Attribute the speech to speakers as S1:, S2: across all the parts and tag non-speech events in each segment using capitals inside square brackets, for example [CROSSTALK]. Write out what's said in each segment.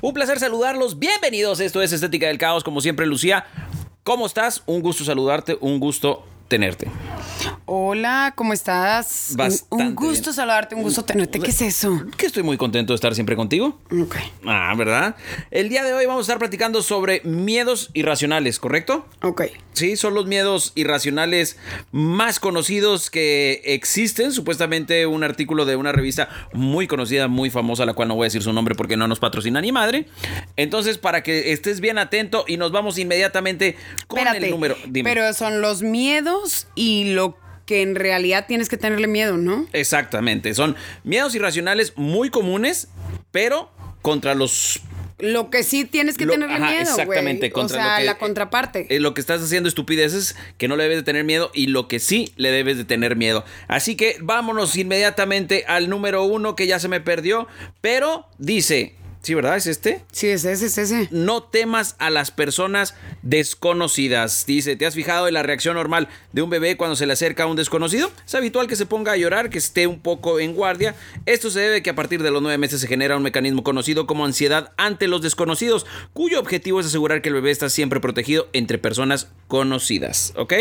S1: Un placer saludarlos. Bienvenidos. Esto es Estética del Caos. Como siempre, Lucía, ¿cómo estás? Un gusto saludarte, un gusto tenerte.
S2: Hola, ¿cómo estás? Un-
S1: Bastante
S2: un gusto
S1: bien.
S2: saludarte, un gusto tenerte. ¿Qué es eso?
S1: Que estoy muy contento de estar siempre contigo.
S2: Ok.
S1: Ah, ¿verdad? El día de hoy vamos a estar platicando sobre miedos irracionales, ¿correcto?
S2: Ok.
S1: Sí, son los miedos irracionales más conocidos que existen. Supuestamente un artículo de una revista muy conocida, muy famosa, la cual no voy a decir su nombre porque no nos patrocina ni madre. Entonces, para que estés bien atento y nos vamos inmediatamente con
S2: Espérate,
S1: el número. Dime.
S2: Pero son los miedos y lo que en realidad tienes que tenerle miedo, ¿no?
S1: Exactamente, son miedos irracionales muy comunes, pero contra los...
S2: Lo que sí tienes que
S1: lo-
S2: tenerle
S1: ajá,
S2: miedo, güey.
S1: exactamente,
S2: O
S1: contra
S2: sea,
S1: lo que-
S2: la contraparte.
S1: eh, lo que estás haciendo estupideces que no le debes de tener miedo y lo que sí le debes de tener miedo. Así que vámonos inmediatamente al número uno que ya se me perdió, pero dice, ¿sí verdad? ¿Es este?
S2: sí, es ese, es ese.
S1: No temas a las personas desconocidas. Dice, ¿te has fijado en la reacción normal de un bebé cuando se le acerca a un desconocido? Es habitual que se ponga a llorar, que esté un poco en guardia. Esto se debe que a partir de los nueve meses se genera un mecanismo conocido como ansiedad ante los desconocidos, cuyo objetivo es asegurar que el bebé está siempre protegido entre personas conocidas. ¿Ok?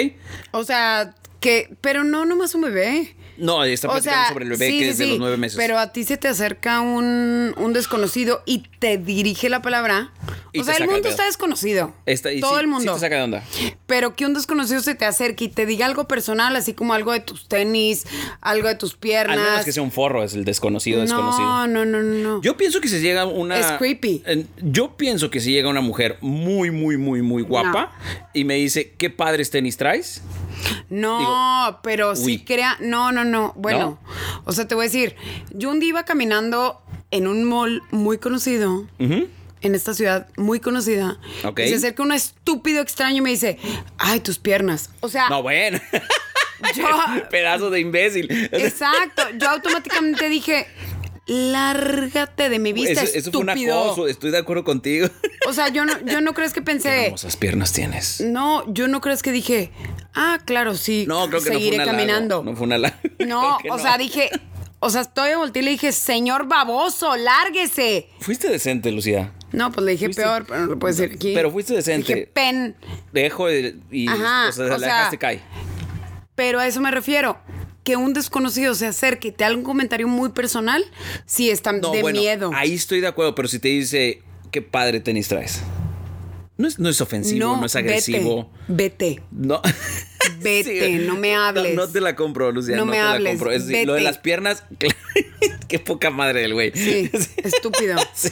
S2: O sea, que. Pero no, nomás un bebé.
S1: No, está
S2: O
S1: platicando
S2: sea,
S1: sobre el bebé
S2: sí,
S1: que
S2: sí,
S1: desde
S2: sí,
S1: los nueve meses.
S2: Pero a ti se te acerca un, un desconocido y te dirige la palabra.
S1: Y
S2: o
S1: te
S2: sea,
S1: saca
S2: el
S1: de
S2: mundo
S1: pedo.
S2: está desconocido.
S1: Está- y
S2: Todo
S1: sí-
S2: el mundo.
S1: sí te saca de onda.
S2: Pero que un desconocido se te acerque y te diga algo personal, así como algo de tus tenis, algo de tus piernas.
S1: Al menos que sea un forro, es el desconocido, desconocido.
S2: no, no, no, no, no.
S1: Yo pienso que si llega una.
S2: Es creepy.
S1: en- Yo pienso que si llega una mujer muy, muy, muy, muy guapa y me dice, ¿qué padres tenis traes?
S2: no, pero
S1: uy.
S2: sí crea. No, no, no. Bueno, o sea, te voy a decir, yo un día iba caminando en un mall muy conocido. En esta ciudad muy conocida.
S1: Ok.
S2: Y se acerca un estúpido extraño y me dice, ay, tus piernas. O sea,
S1: No, bueno. [LAUGHS]
S2: [LAUGHS] yo,
S1: Pedazo de imbécil.
S2: Exacto. Yo automáticamente dije, lárgate de mi vista,
S1: Eso, eso fue
S2: estúpido.
S1: un acoso, estoy de acuerdo contigo. [LAUGHS]
S2: O sea, yo no, yo no crees que
S1: Qué
S2: pensé.
S1: hermosas piernas tienes.
S2: No, yo no crees que dije, ah, claro, sí.
S1: No, creo que
S2: seguiré
S1: no fue un halago,
S2: caminando.
S1: No fue [LAUGHS] una
S2: [LAUGHS] No, o sea, dije, o sea, todavía volteé y le dije, señor baboso, lárguese.
S1: Fuiste decente, Lucía.
S2: No, pues le dije
S1: Fuiste-
S2: peor, pero no lo puedes decir aquí.
S1: Pero fuiste decente.
S2: Dije, pen.
S1: Dejo el- y
S2: Ajá,
S1: o sea,
S2: o
S1: la
S2: sea,
S1: dejaste caer.
S2: Pero a eso me refiero. Que un desconocido se acerque y te haga un comentario muy personal, sí está
S1: No,
S2: de
S1: bueno,
S2: miedo.
S1: Ahí estoy de acuerdo, pero si te dice qué padre tenis traes. No es, no es ofensivo, no, es
S2: vete,
S1: agresivo. [LAUGHS]
S2: Vete,
S1: No.
S2: Vete, no me hables.
S1: No, no te la compro, Lucía. No,
S2: No me
S1: te la
S2: hables,
S1: compro. Es decir, lo de
S2: vete.
S1: las piernas, [LAUGHS] qué poca madre del güey. [LAUGHS]
S2: Sí, estúpido.
S1: Sí,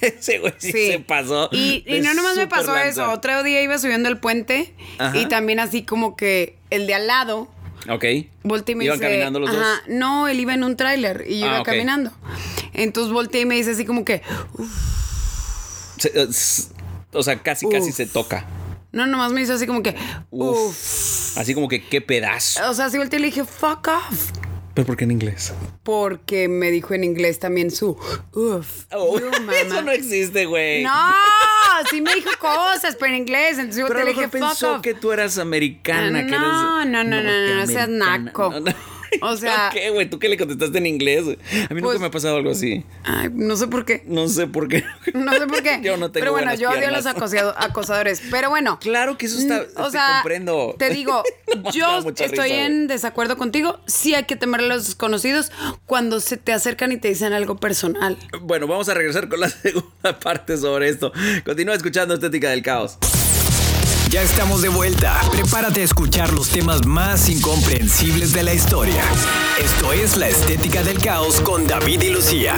S1: Ese güey sí, se pasó.
S2: Y, y
S1: de
S2: no nomás me
S1: súper
S2: pasó eso.
S1: lanza.
S2: Otro día iba subiendo el puente
S1: Ajá.
S2: y también así como que el de al lado
S1: Ok.
S2: volteé y me
S1: Iban
S2: dice.
S1: caminando los
S2: "Ajá,
S1: dos.
S2: No, él iba en un tráiler y yo
S1: Ah,
S2: iba
S1: ok.
S2: caminando. Entonces volteé y me dice así como que,
S1: Se- eh, s- o sea, casi, casi
S2: Uf.
S1: se toca.
S2: no, nomás me hizo así como que,
S1: Uf.
S2: uff.
S1: Así como que qué pedazo.
S2: O sea, así volteé y le dije, fuck off.
S1: ¿Pero por qué en inglés?
S2: Porque me dijo en inglés también su, uff.
S1: Oh, [LAUGHS] eso no existe, güey.
S2: No, sí me dijo cosas, pero en inglés. Entonces yo
S1: Pero a
S2: te
S1: lo
S2: le
S1: mejor
S2: dije, fuck
S1: pensó
S2: off.
S1: que tú eras americana. que
S2: no,
S1: eras-
S2: no, no, no, no, no seas
S1: americana.
S2: naco.
S1: [LAUGHS]
S2: O sea-
S1: ¿Qué, güey? ¿Tú qué le contestaste en inglés? A mí nunca
S2: Pues-
S1: me ha pasado algo así.
S2: Ay, no sé por qué.
S1: No sé por qué.
S2: No sé por qué.
S1: [LAUGHS] yo no tengo
S2: Pero bueno,
S1: buenas
S2: yo odio a los
S1: piernas.
S2: acosado- acosadores. Pero bueno.
S1: Claro que eso está-
S2: Mm,
S1: te comprendo. [LAUGHS]
S2: Te digo,
S1: Nomás me da
S2: yo
S1: mucha
S2: estoy
S1: risa,
S2: en desacuerdo contigo. Sí hay que temer a los desconocidos cuando se te acercan y te dicen algo personal.
S1: Bueno, vamos a regresar con la segunda parte sobre esto. Continúa escuchando Estética del Caos.
S3: Ya estamos de vuelta. Prepárate a escuchar los temas más incomprensibles de la historia. Esto es La Estética del Caos con David y Lucía.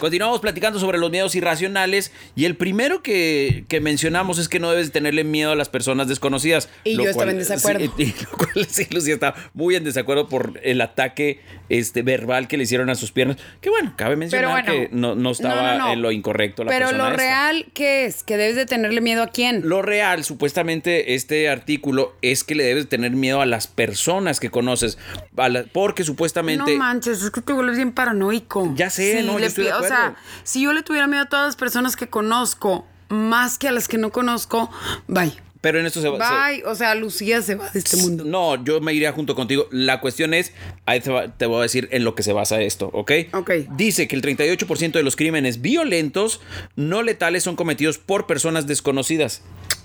S1: Continuamos platicando sobre los miedos irracionales y el primero que, que mencionamos es que no debes tenerle miedo a las personas desconocidas.
S2: Y
S1: lo
S2: yo estaba en desacuerdo.
S1: sí, [LAUGHS] y lo cual sí, Lucía está muy en desacuerdo por el ataque este, verbal que le hicieron a sus piernas. Que bueno, cabe mencionar
S2: bueno.
S1: que no, no estaba
S2: No, no, no.
S1: en lo incorrecto la
S2: Pero
S1: persona
S2: lo
S1: esta.
S2: real, ¿qué es? ¿Que debes de tenerle miedo a quién?
S1: Lo real, supuestamente, este artículo es que le debes tener miedo a las personas que conoces. a la- porque supuestamente.
S2: No manches, es que te vuelves bien paranoico.
S1: Ya sé,
S2: Si
S1: no, yo
S2: le
S1: estoy de
S2: pi- O sea,
S1: acuerdo.
S2: si yo le tuviera miedo a todas las personas que conozco, más que a las que no conozco, bye.
S1: pero en esto se va. se-
S2: Bye. O sea, Lucía se va de este mundo.
S1: No, yo me iría junto contigo. La cuestión es, ahí te, va- te voy a decir en lo que se basa esto, ¿ok?
S2: Ok.
S1: Dice que el 38% de los crímenes violentos no letales son cometidos por personas desconocidas.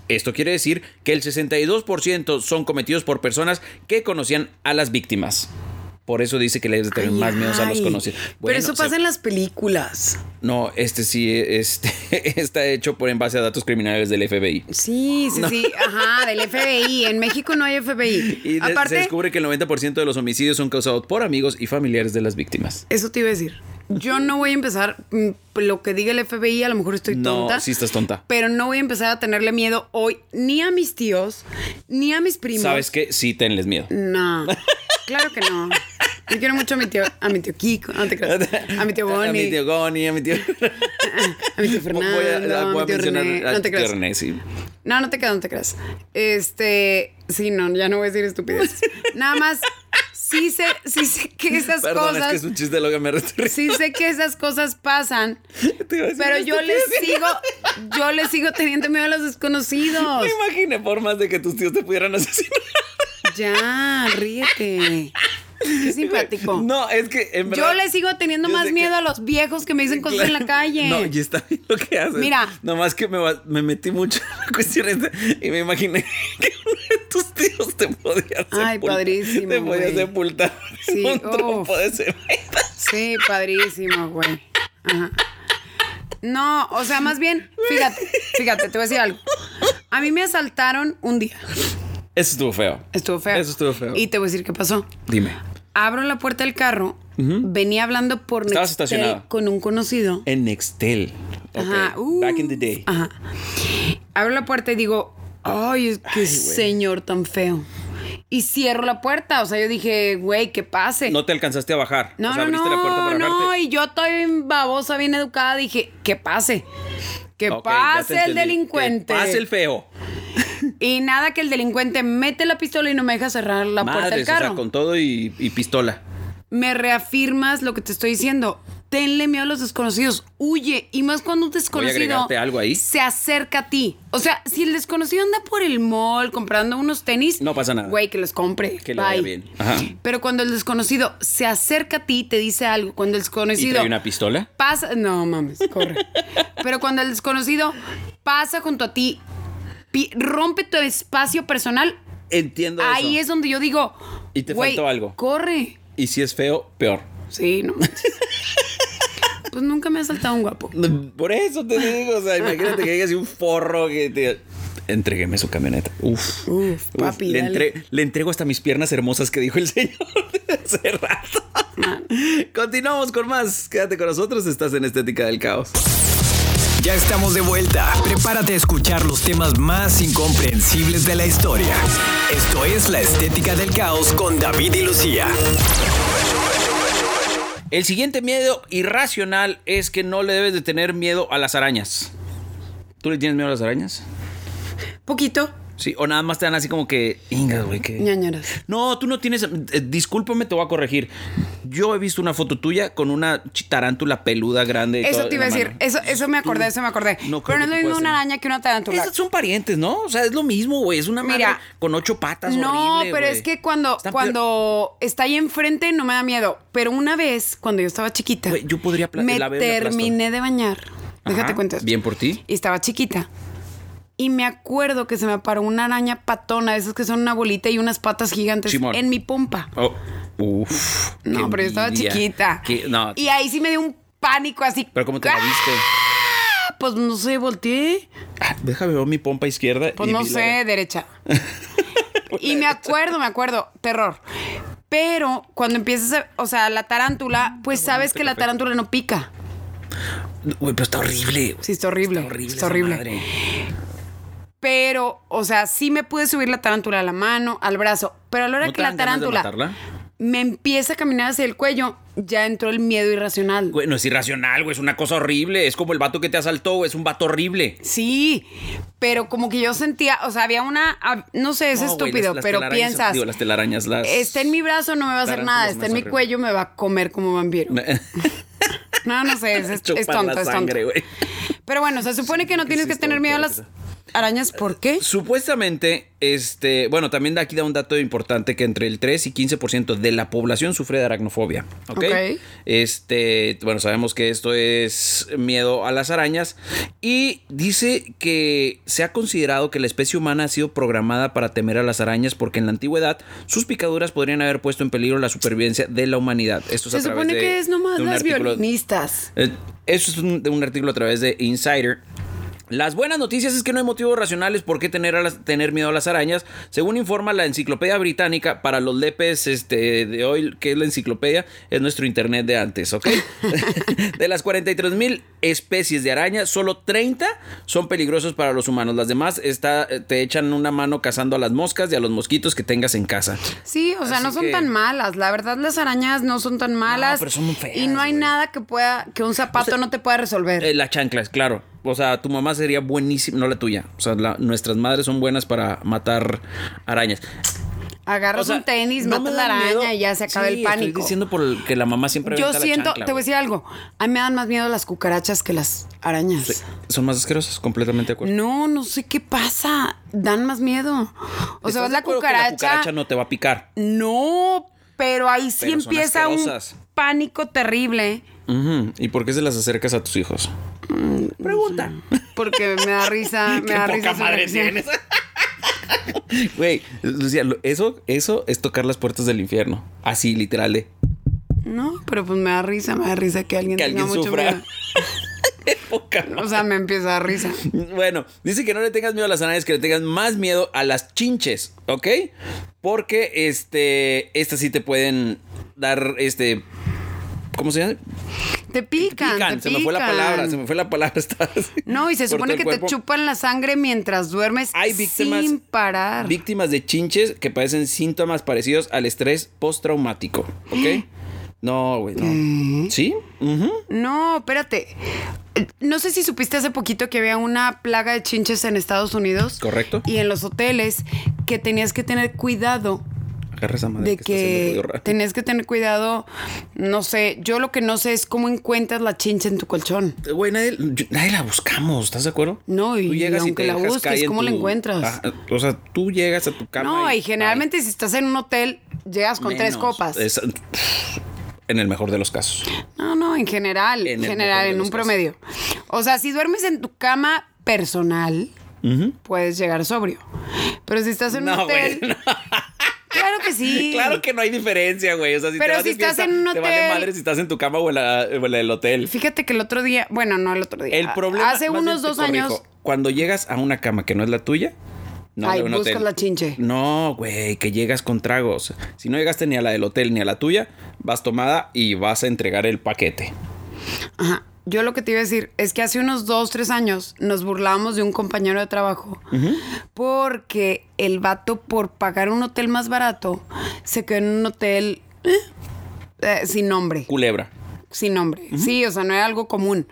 S1: Esto quiere decir que el 62% son cometidos por personas que conocían a las víctimas. Por eso dice que le debes de tener
S2: Ay,
S1: más miedo a los
S2: ay.
S1: conocidos.
S2: Pero
S1: Bueno,
S2: eso
S1: se-
S2: pasa en las películas.
S1: No, este sí este, [LAUGHS] está hecho por en base a datos criminales del FBI.
S2: Sí, sí, sí. Ajá, del FBI. En México no hay FBI.
S1: [LAUGHS] Y de- se
S2: Aparte,
S1: descubre que el 90% de los homicidios son causados por amigos y familiares de las víctimas.
S2: eso te iba a decir. Yo no voy a empezar mm, lo que diga el FBI, a lo mejor estoy
S1: No,
S2: tonta.
S1: sí estás tonta.
S2: Pero no voy a empezar a tenerle miedo hoy ni a mis tíos, ni a mis primos.
S1: ¿Sabes qué? Sí, tenles miedo. [LAUGHS]
S2: No, claro que no. Yo quiero mucho a mi tío, a mi tío Kiko, no te creas, a mi tío
S1: [LAUGHS]
S2: Bonnie,
S1: A mi tío Goni, a mi tío.
S2: [LAUGHS] a mi tío
S1: [LAUGHS] Voy
S2: Fernando,
S1: a-
S2: a,
S1: voy a
S2: mi tío
S1: mencionar
S2: René,
S1: a
S2: no te
S1: tío
S2: creas.
S1: René, sí.
S2: No, no te creas, no te creas. Este, sí, no, ya no voy a
S1: [LAUGHS]
S2: decir estupideces. Nada más, sí sé, sí sé que esas
S1: Perdón, es
S2: cosas,
S1: que es un chiste lo que me retorno. [LAUGHS]
S2: sí sé que esas cosas pasan, pero yo les
S1: [LAUGHS]
S2: sigo, yo les sigo teniendo miedo a los desconocidos.
S1: [LAUGHS] Me imaginé formas de que tus tíos te pudieran asesinar.
S2: Ya, ríete. Qué
S1: [LAUGHS]
S2: simpático.
S1: No, es que en verdad.
S2: Yo le sigo teniendo
S1: yo
S2: más
S1: sé
S2: miedo
S1: que-
S2: a los viejos que me dicen cosas
S1: [LAUGHS]
S2: en la calle.
S1: No, y está bien lo que haces.
S2: Mira.
S1: Nomás que me, va- me metí mucho en la cuestión esta y me imaginé que uno de tus tíos te podía sepultar.
S2: Ay, padrísimo,
S1: Te podía
S2: güey.
S1: sepultar en
S2: Sí,
S1: un trompo
S2: uf.
S1: de cemento.
S2: Sí, padrísimo, güey. Ajá. No, o sea, más bien, fíjate, fíjate, te voy a decir algo. A mí me asaltaron un día.
S1: Eso estuvo feo.
S2: Estuvo feo.
S1: Eso estuvo feo.
S2: Y te voy a decir qué pasó.
S1: Dime.
S2: Abro la puerta del carro, venía hablando por
S1: Estabas
S2: Nextel
S1: estacionada.
S2: con un conocido.
S1: En Nextel. Ok.
S2: Ajá, uh,
S1: Back in the day.
S2: Ajá. Abro la puerta y digo, ay, es- qué señor tan feo. Y cierro la puerta. O sea, yo dije, güey, que pase.
S1: No te alcanzaste a bajar.
S2: No,
S1: o sea,
S2: no,
S1: abriste la puerta para
S2: no, no,
S1: bajarte.
S2: y yo estoy bien babosa, bien educada, dije, que pase, que
S1: Ok, ya te
S2: pase el
S1: entendí.
S2: delincuente.
S1: Que pase el feo.
S2: Y nada que el delincuente mete la pistola y no me deja cerrar la puerta del
S1: Madres, o
S2: carro.
S1: sea, con todo y, y pistola.
S2: Me reafirmas lo que te estoy diciendo. Tenle miedo a los desconocidos, huye. Y más cuando un desconocido
S1: agregarte algo ahí.
S2: se acerca a ti. O sea, si el desconocido anda por el mall comprando unos tenis,
S1: No pasa nada.
S2: Güey, que los compre.
S1: Que le vaya
S2: Bye.
S1: bien. Ajá.
S2: Pero cuando el desconocido se acerca a ti y te dice algo, cuando el
S1: ¿Y
S2: desconocido
S1: trae una pistola?
S2: pasa, no mames, corre. Pero cuando el desconocido pasa junto a ti, pi- rompe tu espacio personal,
S1: Entiendo
S2: ahí
S1: eso.
S2: es donde yo digo,
S1: Y te
S2: "Güey,
S1: faltó algo".
S2: Corre.
S1: Y si es feo, peor.
S2: Sí, no manches. Pues nunca me ha saltado un guapo.
S1: [LAUGHS] Por eso te digo, o sea, imagínate que llegue así un forro que te... Entrégueme su camioneta. Uf.
S2: Uf, papi,
S1: le,
S2: dale.
S1: entre- le entrego hasta mis piernas hermosas que dijo el [LAUGHS] señor hace rato. Continuamos con más. Quédate con nosotros. Estás en Estética del Caos.
S3: Ya estamos de vuelta. Prepárate a escuchar los temas más incomprensibles de la historia. Esto es La Estética del Caos con David y Lucía.
S1: El siguiente miedo irracional es que no le debes de tener miedo a las arañas. ¿Tú le tienes miedo a las arañas?
S2: Poquito.
S1: Sí, o nada más te dan así como que... Ingas, güey, que...
S2: Ñañaras.
S1: No, tú no tienes. eh, discúlpame, te voy a corregir. Yo he visto una foto tuya con una chi- tarántula peluda grande. y
S2: Eso
S1: todo
S2: te iba a
S1: en la
S2: decir,
S1: mano.
S2: eso, eso me acordé, eso me acordé.
S1: No creo
S2: Pero no
S1: que
S2: es lo mismo
S1: pueda
S2: una
S1: ser.
S2: arañas que una tarántula.
S1: Esas son parientes, ¿no? O sea, es lo mismo, güey. Es una madre
S2: Mira,
S1: con ocho patas.
S2: No,
S1: horrible,
S2: pero
S1: güey.
S2: es que cuando,
S1: Están peor-
S2: cuando está ahí enfrente no me da miedo. Pero una vez, cuando yo estaba chiquita,
S1: Güey, yo podría apla-
S2: me
S1: la veo y la aplasto.
S2: terminé de bañar.
S1: Ajá,
S2: Déjate cuenta. esto.
S1: bien por ti.
S2: Y estaba chiquita. Y me acuerdo que se me paró una araña patona, esas que son una bolita y unas patas gigantes
S1: Simón.
S2: en mi pompa.
S1: Oh, uf.
S2: No,
S1: qué
S2: pero yo estaba
S1: envidia.
S2: chiquita.
S1: Qué- no.
S2: Y ahí sí me dio un pánico así.
S1: Pero ¿cómo te la viste?
S2: ¡Ah! Pues no sé, volteé.
S1: Ah, Déjame ver mi pompa izquierda.
S2: Pues
S1: y
S2: no
S1: vi la-
S2: sé,
S1: [LAUGHS]
S2: derecha. y me acuerdo, me acuerdo, terror.
S1: Ah,
S2: Pero cuando empiezas a, o sea, la tarántula, pues sabes que la tarántula no pica.
S1: Güey, pero está horrible.
S2: Sí, está horrible.
S1: Está horrible.
S2: está
S1: esa
S2: horrible.
S1: madre.
S2: Pero, o sea, sí me pude subir la tarántula a la mano, al brazo. Pero a la hora
S1: ¿No te
S2: que la
S1: dan ganas de
S2: tarántula
S1: matarla?
S2: me empieza a caminar hacia el cuello, ya entró el miedo irracional.
S1: Güey, no es irracional, güey. Es una cosa horrible. Es como el vato que te asaltó, güey. Es un vato horrible.
S2: Sí, pero como que yo sentía, o sea, había una, ah, no sé, es
S1: No, güey,
S2: estúpido,
S1: las- las
S2: pero
S1: telarañas,
S2: piensas,
S1: digo, las telarañas, las. [LAUGHS]
S2: está en mi brazo, no me va a hacer
S1: tarántulas
S2: nada,
S1: más
S2: está en mi
S1: horrible.
S2: cuello, me va a comer como vampiro. No, no
S1: [LAUGHS]
S2: sé, es, es- es
S1: Chupar la
S2: tonto, es tonto.
S1: sangre, güey.
S2: Pero bueno, se supone que no tienes
S1: sí
S2: que
S1: está
S2: tener
S1: bien
S2: miedo a las
S1: tonto. Pues,
S2: arañas, ¿por qué?
S1: Supuestamente, este, bueno, también de aquí da un dato importante que entre el 3 y 15% de la población sufre de aracnofobia. ¿ok?
S2: Ok.
S1: Este, bueno, sabemos que esto es miedo a las arañas. Y dice que se ha considerado que la especie humana ha sido programada para temer a las arañas porque en la antigüedad sus picaduras podrían haber puesto en peligro la supervivencia de la humanidad. Esto es
S2: Se
S1: pues, a través
S2: supone
S1: de-
S2: que es nomás
S1: de un
S2: las
S1: artículo-
S2: violinistas.
S1: eh, Eso es un, de un artículo a través de Insider. Las buenas noticias es que no hay motivos racionales por qué tener, a las- tener miedo a las arañas. Según informa la enciclopedia británica, para los lepes este, de hoy, que es la enciclopedia, es nuestro internet de antes, ¿ok? de las 43 mil especies de arañas, solo 30 son peligrosos para los humanos. Las demás está, eh, te echan una mano cazando a las moscas y a los mosquitos que tengas en casa.
S2: Sí, o sea, no
S1: Así
S2: son
S1: que-
S2: tan malas. La verdad, las arañas no son tan malas.
S1: pero son muy feas,
S2: y no hay
S1: güey.
S2: nada que pueda, que un zapato no te pueda resolver.
S1: Eh, la chancla, es claro. O sea, tu mamá sería buenísima, no la tuya. O sea, la- nuestras madres son buenas para matar arañas.
S2: Agarras
S1: O sea,
S2: un tenis,
S1: no me
S2: matas la
S1: da
S2: araña
S1: miedo.
S2: y ya se acaba
S1: Sí,
S2: el pánico.
S1: Estoy diciendo por el que la mamá siempre
S2: Yo
S1: avienta la
S2: siento,
S1: chancla,
S2: te voy a
S1: güey.
S2: decir algo. A mí me dan más miedo las cucarachas que las arañas.
S1: Son más asquerosas, completamente de acuerdo.
S2: No, no sé qué pasa. Dan más miedo. O sea,
S1: ¿Estás
S2: ves
S1: de
S2: la
S1: acuerdo que
S2: cucaracha.
S1: La cucaracha no te va a picar.
S2: No, pero ahí sí
S1: Pero son
S2: empieza un
S1: asquerosas.
S2: pánico terrible.
S1: Ujú, ¿Y por qué se las acercas a tus hijos? Pregunta. [LAUGHS]
S2: Porque me da risa, Mm, me
S1: Qué
S2: da
S1: poca
S2: risa. su
S1: madre
S2: reacción.
S1: tienes. [LAUGHS] Güey, Lucía, lo- eso, eso es tocar las puertas del infierno. Así, literal, de
S2: No, pero pues me da risa, me da risa que alguien
S1: que
S2: tenga
S1: alguien
S2: mucho
S1: sufra.
S2: miedo.
S1: Qué [LAUGHS] poca
S2: O sea, me empieza a dar risa.
S1: Bueno, dice que no le tengas miedo a las arañas, que le tengas más miedo a las chinches, ¿ok? Porque este, estas sí te pueden dar, este, ¿cómo se llama? [LAUGHS]
S2: Te pican,
S1: se
S2: te
S1: me fue la
S2: pican.
S1: palabra, se me fue la palabra. [LAUGHS] estaba así
S2: No, y se
S1: por todo
S2: supone
S1: el
S2: que
S1: cuerpo.
S2: te chupan la sangre mientras duermes
S1: Hay víctimas,
S2: sin parar.
S1: víctimas de chinches que padecen síntomas parecidos al estrés postraumático,
S2: ¿Eh?
S1: ¿ok? No, güey, no. ¿Sí? Ujú.
S2: No, espérate. Eh, No sé si supiste hace poquito que había una plaga de chinches en Estados Unidos.
S1: Correcto.
S2: Y en los hoteles que tenías que tener cuidado
S1: Agarra esa madre
S2: de
S1: Ah, está haciendo
S2: que
S1: ruido raro.
S2: tenías que tener cuidado, no sé, yo lo que no sé es cómo encuentras la chincha en tu colchón.
S1: Güey, nadie, yo- nadie la buscamos, ¿estás de acuerdo?
S2: No, y
S1: Tú llegas
S2: aunque
S1: te
S2: la
S1: dejas
S2: busques,
S1: caer en
S2: ¿cómo la encuentras?
S1: Ah, o sea, tú llegas a tu cama.
S2: No, y generalmente si estás en un hotel, llegas con
S1: Menos.
S2: tres copas.
S1: Es- en el mejor de los casos.
S2: No, no, en general,
S1: En
S2: en
S1: el mejor
S2: general,
S1: de
S2: en
S1: los
S2: un
S1: casos.
S2: promedio. O sea, si duermes en tu cama personal, puedes llegar sobrio. Pero si estás en un
S1: No, güey.
S2: hotel... [LAUGHS] Claro que sí.
S1: Claro que no hay diferencia, güey. O sea, si
S2: Pero
S1: te vas
S2: si
S1: de
S2: estás
S1: fiesta,
S2: en un
S1: Te vale
S2: hotel-
S1: madre si estás en tu cama o en, la, o en la del hotel.
S2: Fíjate que el otro día, bueno, no el otro día.
S1: El problema.
S2: Hace
S1: más bien
S2: unos
S1: te
S2: dos
S1: corrijo,
S2: años...
S1: Cuando llegas a una cama que no es la tuya. No,
S2: Ay,
S1: de un
S2: buscas
S1: hotel.
S2: la chinche.
S1: No, güey, que llegas con tragos. Si no llegaste ni a la del hotel ni a la tuya, vas tomada y vas a entregar el paquete.
S2: Ajá. Yo lo que te iba a decir es que hace unos dos, tres años nos burlábamos de un compañero de trabajo porque el vato por pagar un hotel más barato se quedó en un hotel eh, eh, sin nombre,
S1: Culebra.
S2: sin nombre. Sí, o sea, no era algo común.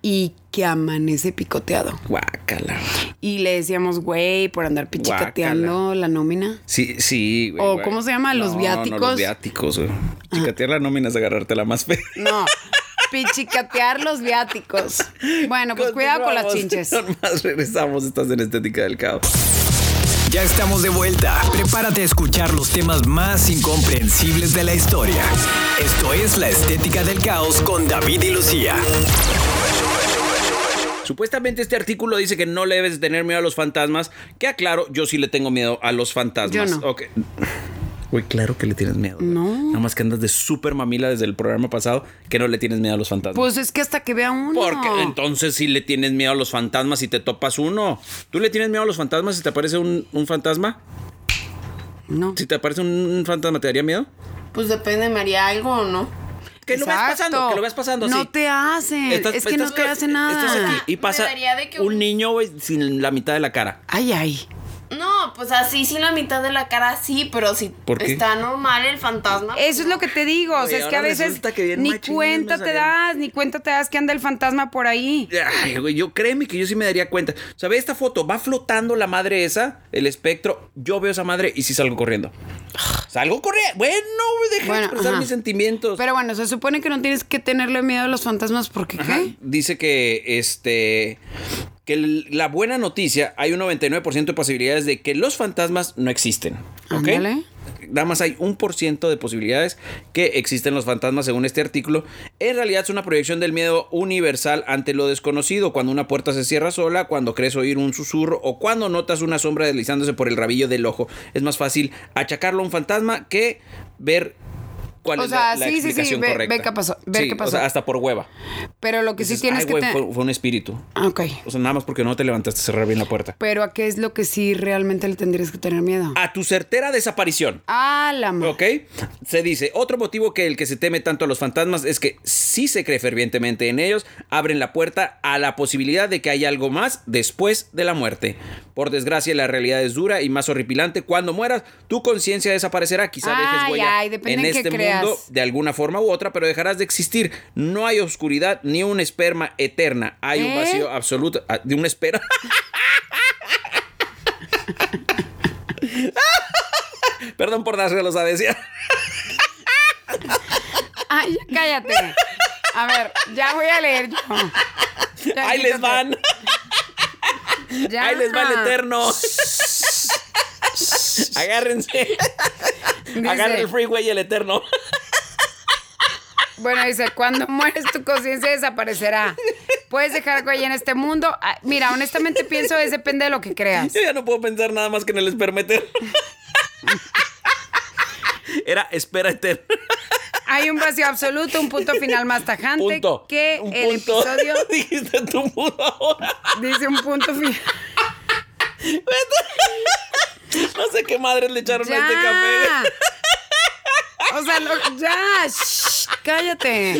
S2: Y que amanece picoteado.
S1: Guácala.
S2: Y le decíamos, güey, por andar pichicateando la nómina.
S1: Sí, sí, güey.
S2: O,
S1: güey.
S2: ¿cómo se llama? Los
S1: No,
S2: viáticos. Ah.
S1: No, los viáticos, güey. Chicatear la nómina es agarrarte la más fea.
S2: No,
S1: [LAUGHS]
S2: pichicatear los viáticos. Bueno, pues cuidado con las
S1: Continuamos. [LAUGHS]
S2: chinches.
S1: Nomás regresamos. Estás en Estética del Caos.
S3: Ya estamos de vuelta. Prepárate a escuchar los temas más incomprensibles de la historia. Esto es La Estética del Caos con David y Lucía.
S1: Supuestamente este artículo dice que no le debes de tener miedo a los fantasmas. Que aclaro, yo sí le tengo miedo a los fantasmas.
S2: Yo no.
S1: Ok. Güey, claro que le tienes miedo. güey.
S2: No.
S1: Nada más que andas de súper mamila desde el programa pasado que no le tienes miedo a los fantasmas.
S2: Pues es que hasta que vea uno.
S1: Porque entonces si le tienes miedo a los fantasmas y te topas uno. ¿Tú le tienes miedo a los fantasmas si te aparece un, un fantasma?
S2: No.
S1: Si te aparece un fantasma, ¿te daría miedo?
S2: Pues depende, María, algo o no.
S1: Que lo veas
S2: Exacto.
S1: pasando, que lo veas pasando
S2: No
S1: así.
S2: te hacen.
S1: Estás-
S2: es que
S1: estás-
S2: no te hace nada.
S1: Estás aquí y
S4: Me
S1: pasa
S4: daría de que
S1: un
S4: un-
S1: niño, güey, sin la mitad de la cara.
S2: Ay, ay.
S4: No, pues así sin la mitad de la cara sí, pero si
S1: ¿Por qué?
S4: está normal el fantasma.
S2: Eso es lo que te digo. o sea,
S1: Oye,
S2: es que a
S1: ahora
S2: veces
S1: resulta que bien
S2: ni
S1: machín
S2: cuenta
S1: me
S2: te
S1: salió.
S2: das, ni cuenta te das que anda el fantasma por ahí.
S1: Ay, güey, yo créeme que yo sí me daría cuenta. O sea, ve esta foto, va flotando la madre esa, el espectro. Yo veo esa madre y sí salgo corriendo. Salgo corriendo. Bueno, güey, deja de
S2: Bueno,
S1: expresar
S2: ajá.
S1: mis sentimientos.
S2: Pero bueno, se supone que no tienes que tenerle miedo a los fantasmas porque
S1: Ajá.
S2: ¿qué?
S1: Dice que este que el- la buena noticia, hay un 99% de posibilidades de que los fantasmas no existen. ¿Ok?
S2: Ándale.
S1: Nada más hay un por ciento de posibilidades que existen los fantasmas según este artículo. En realidad es una proyección del miedo universal ante lo desconocido, cuando una puerta se cierra sola, cuando crees oír un susurro o cuando notas una sombra deslizándose por el rabillo del ojo. Es más fácil achacarlo a un fantasma que ver cuál
S2: O
S1: es
S2: sea,
S1: la, la
S2: sí, sí, sí,
S1: explicación
S2: ve- ve
S1: correcta.
S2: qué pasó, ver
S1: Sí,
S2: qué
S1: O sea,
S2: pasó.
S1: hasta por hueva.
S2: Pero lo que
S1: Dices,
S2: sí tienes
S1: "Ay,
S2: que
S1: güey,
S2: tener.
S1: fue, fue un espíritu.
S2: Ok.
S1: O sea, nada más porque no te levantaste a cerrar bien la puerta.
S2: Pero a qué es lo que sí realmente le tendrías que tener miedo.
S1: A tu certera desaparición.
S2: A la madre.
S1: Ah. ¿Ok? Se dice, otro motivo que el que se teme tanto a los fantasmas es que si se cree fervientemente en ellos, abren la puerta a la posibilidad de que haya algo más después de la muerte. Por desgracia, la realidad es dura y más horripilante. Cuando mueras, tu conciencia desaparecerá. Quizá dejes
S2: Ay,
S1: huella
S2: ay, depende
S1: en
S2: en qué
S1: este
S2: creas.
S1: mundo de alguna forma u otra, pero dejarás de existir. No hay oscuridad ni un esperma eterna. Hay un
S2: ¿Eh?
S1: vacío absoluto ah, de una espera. [LAUGHS] Perdón por dárselos a decir.
S2: [LAUGHS] Ay, ya cállate. A ver, ya voy a leer yo. Ya,
S1: Ahí les
S2: quítate.
S1: van.
S2: Ya.
S1: Ahí les va el
S2: [LAUGHS]
S1: eterno. Agárrense.
S2: Dice-
S1: Agarren el freeway y el eterno.
S2: Bueno, dice, cuando mueres tu conciencia desaparecerá. Puedes dejar huella en este mundo. Ah, Mira, honestamente pienso es depende de lo que creas.
S1: Yo ya no puedo pensar nada más que en el esperma
S2: [LAUGHS]
S1: eterno. Era espera eterna.
S2: Hay un vacío absoluto, un punto final más tajante
S1: Punto.
S2: que
S1: Un
S2: el
S1: punto.
S2: episodio
S1: [LAUGHS] Dijiste tu puto ahora.
S2: dice un punto final.
S1: No sé qué madres le echaron a este
S2: Ya.
S1: café.
S2: O sea, lo- ya, shh, cállate.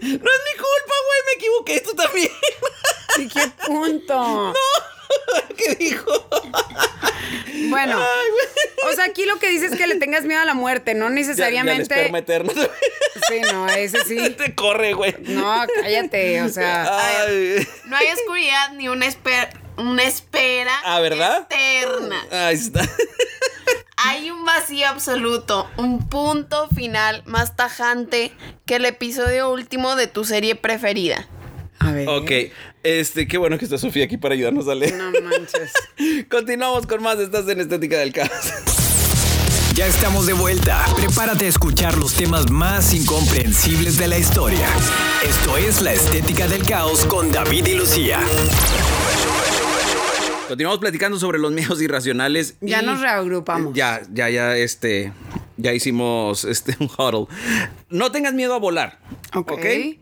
S1: No es mi culpa, güey. Me equivoqué. Tú también. [LAUGHS]
S2: Dije punto.
S1: ¿Qué dijo?
S2: Bueno,
S1: Ay, güey.
S2: o sea, aquí lo que dices es que le tengas miedo a la muerte,
S1: Ya-
S2: no
S1: ya el
S2: necesariamente.
S1: esperma eterno.
S2: sí, no, ese sí.
S1: Te Este corre, güey.
S2: No, cállate, o sea.
S1: Ay.
S4: pues, No hay oscuridad ni una espera, una espera
S1: Ah, ¿verdad?
S4: externa.
S1: Ahí está.
S4: Hay un vacío absoluto, un punto final más tajante que el episodio último de tu serie preferida.
S2: A ver.
S1: Ok, este, qué bueno que está Sofía aquí para ayudarnos a leer.
S2: No manches.
S1: Continuamos con más, estás en Estética del Caos.
S3: Ya estamos de vuelta. Prepárate a escuchar los temas más incomprensibles de la historia. Esto es La Estética del Caos con David y Lucía.
S1: Continuamos platicando sobre los miedos irracionales.
S2: Ya
S1: y- eh,
S2: nos reagrupamos.
S1: Ya, ya, ya, este, ya hicimos este, un huddle. No tengas miedo a volar.
S2: Ok.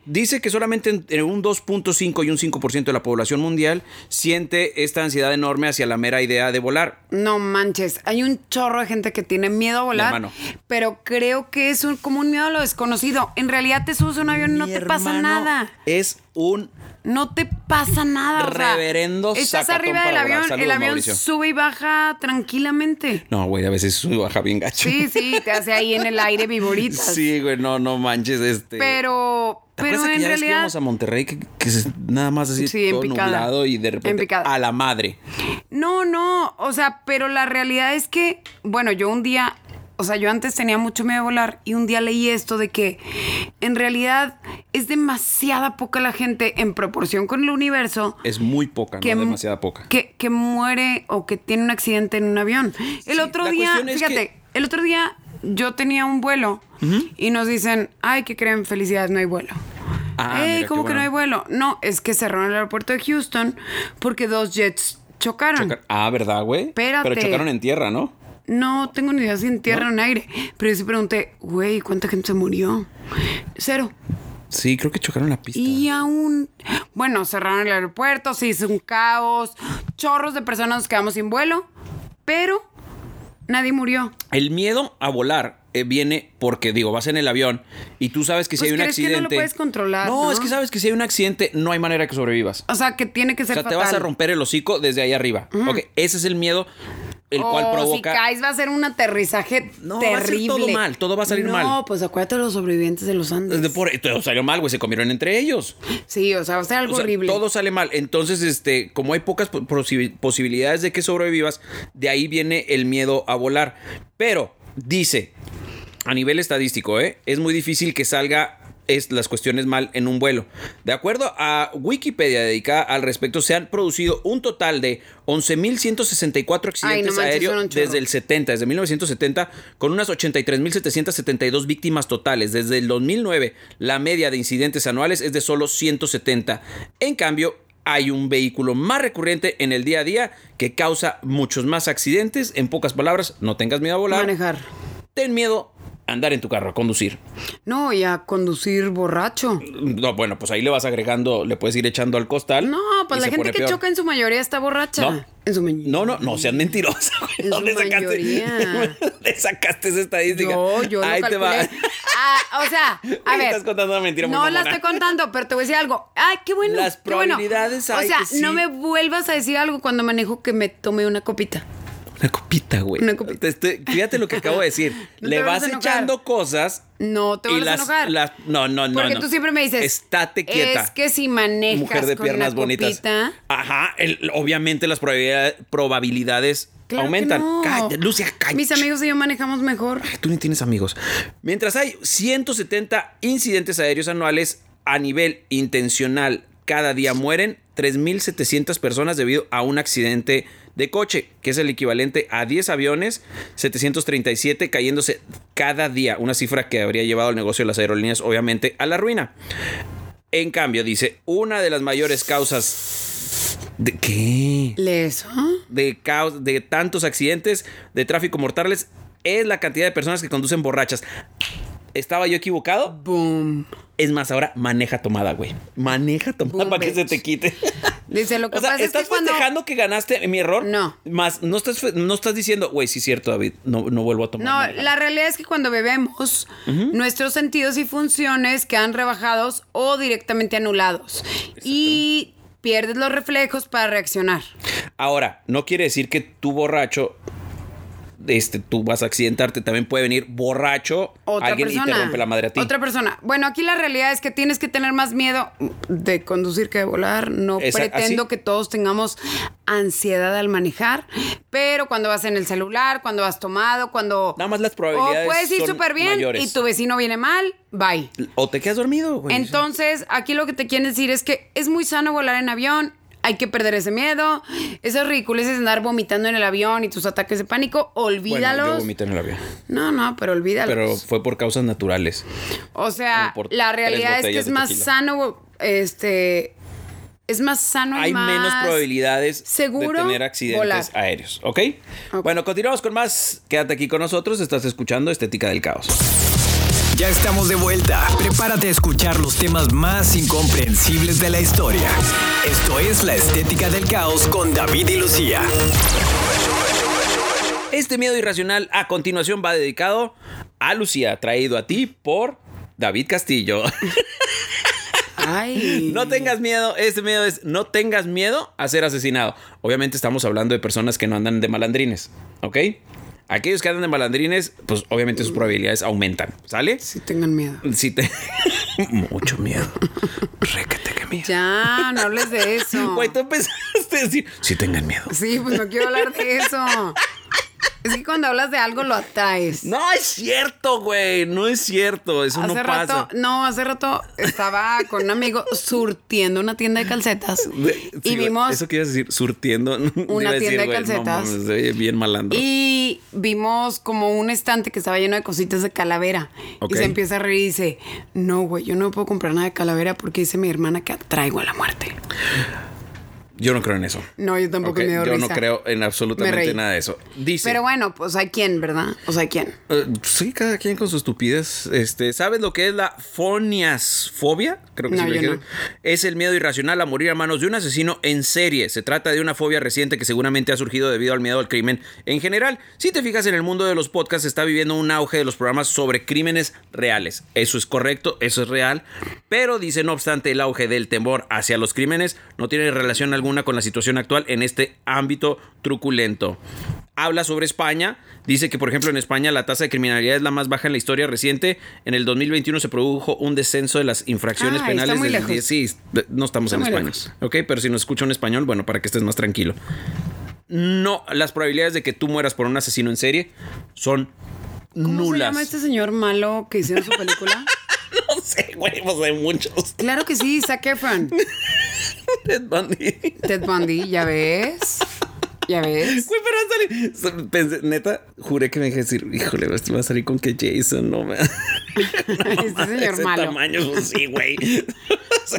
S1: Dice que solamente en- en un 2.5 y un 5% de la población mundial siente esta ansiedad enorme hacia la mera idea de volar.
S2: No manches, hay un chorro de gente que tiene miedo a volar,
S1: hermano.
S2: pero creo que es un, como un miedo a lo desconocido. En realidad te subes a un avión y no
S1: Mi
S2: te pasa
S1: hermano
S2: nada.
S1: Es un
S2: No te pasa nada. o sea,
S1: Reverendo
S2: Estás
S1: sacatón
S2: arriba del
S1: para volar.
S2: avión, el
S1: Saludos,
S2: avión
S1: Mauricio.
S2: sube y baja tranquilamente.
S1: No, güey, a veces sube y baja bien gacho. [LAUGHS]
S2: Sí, sí, te hace ahí en el aire viboritas.
S1: Sí, güey, no, no manches este.
S2: Pero,
S1: ¿Te acuerdas
S2: pero
S1: aquella
S2: en
S1: vez que
S2: realidad.
S1: íbamos a Monterrey que, que se- nada más así
S2: Sí, en
S1: todo
S2: picada.
S1: nublado y de
S2: En
S1: repente
S2: picada.
S1: a la madre.
S2: No, no, o sea, pero la realidad es que, bueno, yo un día, o sea, yo antes tenía mucho miedo a volar y un día leí esto de que en realidad es demasiada poca la gente en proporción con el universo
S1: Es muy poca,
S2: que
S1: no demasiada poca.
S2: Que, que muere o que tiene un accidente en un avión. El
S1: Sí,
S2: otro
S1: la
S2: día,
S1: cuestión es
S2: fíjate,
S1: que-
S2: el otro día yo tenía un vuelo y nos dicen, ay, que creen felicidad, no hay vuelo.
S1: Ah,
S2: Ey,
S1: mira, qué
S2: ¿cómo que
S1: bueno.
S2: no hay vuelo? No, es que cerraron el aeropuerto de Houston porque dos jets chocaron.
S1: Chocar- Ah, ¿verdad, güey?
S2: Espérate.
S1: Pero chocaron en tierra, ¿no?
S2: No tengo ni idea si en tierra o en aire. Pero yo sí pregunté, güey, ¿cuánta gente se murió? Cero.
S1: Sí, creo que chocaron la pista.
S2: Y aún. Bueno, cerraron el aeropuerto, se hizo un caos, chorros de personas nos quedamos sin vuelo, pero nadie murió.
S1: El miedo a volar eh, viene porque, digo, vas en el avión y tú sabes que si
S2: Pues
S1: hay un
S2: crees que no lo
S1: accidente.
S2: puedes controlar,
S1: No,
S2: ¿no?
S1: es que sabes que si hay un accidente, no hay manera que sobrevivas.
S2: O sea, que tiene que
S1: O
S2: ser
S1: sea, te
S2: fatal.
S1: vas a romper el hocico desde ahí arriba. Ok, ese es el miedo el cual
S2: O
S1: provoca.
S2: Oh, si caes va a ser un aterrizaje
S1: No, va a ser
S2: terrible.
S1: todo mal, todo va a salir mal.
S2: No, pues acuérdate de los sobrevivientes de los Andes.
S1: de por- todo salió mal, güey, se comieron entre ellos.
S2: Sí, o sea, va a ser algo
S1: O sea,
S2: horrible.
S1: todo sale mal. Entonces, este, como hay pocas po- posi- posibilidades de que sobrevivas, de ahí viene el miedo a volar. Pero, dice, a nivel estadístico, ¿eh? es muy difícil que salga es- las cuestiones mal en un vuelo. De acuerdo a Wikipedia dedicada al respecto, se han producido un total de 11.164
S2: Ay, no
S1: accidentes
S2: manches, son un
S1: aéreos
S2: chorro.
S1: desde el 70, desde 1970, con unas 83.772 víctimas totales. Desde el 2009, la media de incidentes anuales es de solo 170. En cambio, hay un vehículo más recurrente en el día a día que causa muchos más accidentes. En pocas palabras, no tengas miedo a volar.
S2: Manejar.
S1: Ten miedo a andar en tu carro, a conducir.
S2: No, y a conducir borracho.
S1: No, bueno, pues ahí le vas agregando, le puedes ir echando al costal.
S2: No, pues
S1: y
S2: la
S1: se
S2: gente
S1: pone
S2: que
S1: peor.
S2: choca en su mayoría está borracha.
S1: No.
S2: En su mayoría.
S1: No, no, no, sean mentirosas, güey.
S2: En
S1: ¿Dónde
S2: su
S1: sacaste?
S2: mayoría.
S1: [LAUGHS] ¿Dónde sacaste esa estadística?
S2: Yo, yo lo
S1: Ahí te va.
S2: calculé.
S1: [LAUGHS]
S2: Ah, o sea, a
S1: Me
S2: ver.
S1: estás contando una mentira muy
S2: No la
S1: mamona.
S2: estoy contando, pero te voy a decir algo. Ay, qué bueno.
S1: Las
S2: qué bueno.
S1: probabilidades hay
S2: O sea,
S1: que sí.
S2: no me vuelvas a decir algo cuando manejo que me tome una copita.
S1: Una copita, güey.
S2: Una copita.
S1: Te estoy- fíjate lo que acabo de decir.
S2: [LAUGHS] No
S1: Le
S2: te
S1: vas
S2: vas a enojar.
S1: echando cosas.
S2: No, te
S1: y
S2: vas a
S1: las-
S2: enojar.
S1: las- no, no, no.
S2: Porque
S1: no.
S2: tú siempre me dices.
S1: Estate quieta.
S2: Es que si manejas
S1: Mujer de
S2: con
S1: piernas
S2: una
S1: bonitas.
S2: copita,
S1: Ajá. el- obviamente las probabilidad- probabilidades
S2: claro que
S1: aumentan.
S2: no.
S1: Cállate, Lucia, cállate.
S2: Mis amigos y yo manejamos mejor.
S1: Tú ni tienes amigos. Mientras hay 170 incidentes aéreos anuales a nivel intencional, cada día mueren 3.700 personas debido a un accidente de coche, que es el equivalente a 10 aviones, 737 cayéndose cada día, una cifra que habría llevado el negocio de las aerolíneas obviamente a la ruina. En cambio, dice, una de las mayores causas... ¿De qué?
S2: ¿Le eso?
S1: de, caos, de tantos accidentes de tráfico mortales es la cantidad de personas que conducen borrachas. ¿Estaba yo equivocado?
S2: Boom.
S1: Es más, ahora maneja tomada, güey. Maneja tomada
S2: Boom,
S1: para que se
S2: bitch.
S1: te quite.
S2: Dice, lo que
S1: o sea,
S2: pasa
S1: estás
S2: es que cuando...
S1: festejando que ganaste mi error.
S2: No.
S1: Más, no estás, fe- no estás diciendo, güey, sí es cierto, David, no, no vuelvo a tomar.
S2: No,
S1: manejar".
S2: la realidad es que cuando bebemos, nuestros sentidos y funciones quedan rebajados o directamente anulados. Y pierdes los reflejos para reaccionar.
S1: Ahora, no quiere decir que tú borracho, este, tú vas a accidentarte. También puede venir borracho
S2: Otra
S1: alguien
S2: persona.
S1: y te rompe la madre a ti.
S2: Otra persona. Bueno, aquí la realidad es que tienes que tener más miedo de conducir que de volar. No
S1: Esa-
S2: pretendo
S1: así.
S2: que todos tengamos ansiedad al manejar, pero cuando vas en el celular, cuando vas tomado, cuando.
S1: Nada más las probabilidades
S2: O puedes ir
S1: son
S2: súper bien
S1: mayores.
S2: y tu vecino viene mal, bye.
S1: O te quedas dormido, güey.
S2: Entonces, aquí lo que te quieren decir es que es muy sano volar en avión. Hay que perder ese miedo. Esos ridículos de andar vomitando en el avión y tus ataques de pánico, olvídalos.
S1: Bueno, yo vomité en el avión.
S2: no, no, pero olvídalos.
S1: Pero fue por causas naturales.
S2: o sea,
S1: por
S2: la
S1: tres
S2: realidad es que
S1: botellas
S2: es
S1: de
S2: más
S1: tequila.
S2: sano, este, es más sano. y
S1: Hay menos
S2: más-
S1: probabilidades
S2: seguro
S1: de tener accidentes
S2: volar.
S1: aéreos, ¿ok?
S2: Ok.
S1: Bueno, continuamos con más. Quédate aquí con nosotros. Estás escuchando Estética del Caos.
S3: Ya estamos de vuelta. Prepárate a escuchar los temas más incomprensibles de la historia. Esto es La Estética del Caos con David y Lucía.
S1: Este miedo irracional a continuación va dedicado a Lucía, traído a ti por David Castillo.
S2: Ay.
S1: [LAUGHS] No tengas miedo, este miedo es no tengas miedo a ser asesinado. Obviamente estamos hablando de personas que no andan de malandrines, ¿ok? Aquellos que andan de malandrines, pues obviamente
S2: Mm.
S1: sus probabilidades aumentan, ¿sale?
S2: Si tengan miedo.
S1: Si te... [LAUGHS] Mucho miedo. Réquete que miedo.
S2: Ya, no hables de eso.
S1: Güey, tú empezaste a decir, si tengan miedo.
S2: Sí, pues no quiero hablar de eso. Es que cuando hablas de algo lo atraes.
S1: No es cierto, güey. No es cierto. Eso
S2: Hace
S1: no
S2: rato,
S1: pasa.
S2: no, hace rato estaba con un amigo surtiendo una tienda de calcetas
S1: [LAUGHS] Sí,
S2: y
S1: güey,
S2: vimos
S1: Eso que ibas a decir, surtiendo. [LAUGHS] Una
S2: tienda de calcetas.
S1: No, mames, oye, bien malandro.
S2: y vimos como un estante que estaba lleno de cositas de calavera
S1: Ok.
S2: y se empieza a reír y dice, "No, güey, yo no puedo comprar nada de calavera porque dice mi hermana que atraigo a la muerte."
S1: Yo no creo en eso.
S2: No, yo tampoco
S1: Ok,
S2: me dio
S1: Yo no
S2: risa.
S1: creo eh, en
S2: Me
S1: absolutamente
S2: reí.
S1: nada de eso. Dice.
S2: Pero bueno, pues hay quien, ¿verdad? O sea, hay quien.
S1: Eh, sí, cada quien con su estupidez. Este, ¿Sabes lo que es la foniasfobia? Creo que
S2: No,
S1: sí lo
S2: yo
S1: dijeron.
S2: no.
S1: Es el miedo irracional a morir a manos de un asesino en serie. Se trata de una fobia reciente que seguramente ha surgido debido al miedo al crimen en general. Si te fijas en el mundo de los podcasts, se está viviendo un auge de los programas sobre crímenes reales. Eso es correcto, eso es real. Pero dice, no obstante, el auge del temor hacia los crímenes no tiene relación alguna con la situación actual en este ámbito truculento habla sobre España. Dice que, por ejemplo, en España la tasa de criminalidad es la más baja en la historia reciente. En el 2021 se produjo un descenso de las infracciones
S2: Ah, está
S1: penales.
S2: muy
S1: del
S2: lejos.
S1: 10. Sí, no estamos
S2: Está
S1: en
S2: muy
S1: España.
S2: lejos.
S1: Ok, pero si nos escucha un español, bueno, para que estés más tranquilo. No, las probabilidades de que tú mueras por un asesino en serie son
S2: ¿Cómo
S1: nulas.
S2: se llama este señor malo que hicieron su película?
S1: [LAUGHS] No sé, güey, pues hay muchos.
S2: claro que sí, Zac Efron.
S1: Ted Bundy.
S2: Ted Bundy, ya ves. Ya ves.
S1: Güey, pero va a salir. Pensé- neta, juré que me dejé decir, híjole, este va a salir con que Jason, no me. [LAUGHS]
S2: [LAUGHS] Este
S1: de
S2: señor
S1: ese
S2: malo.
S1: tamaño, pues sí, güey. [LAUGHS] O sea,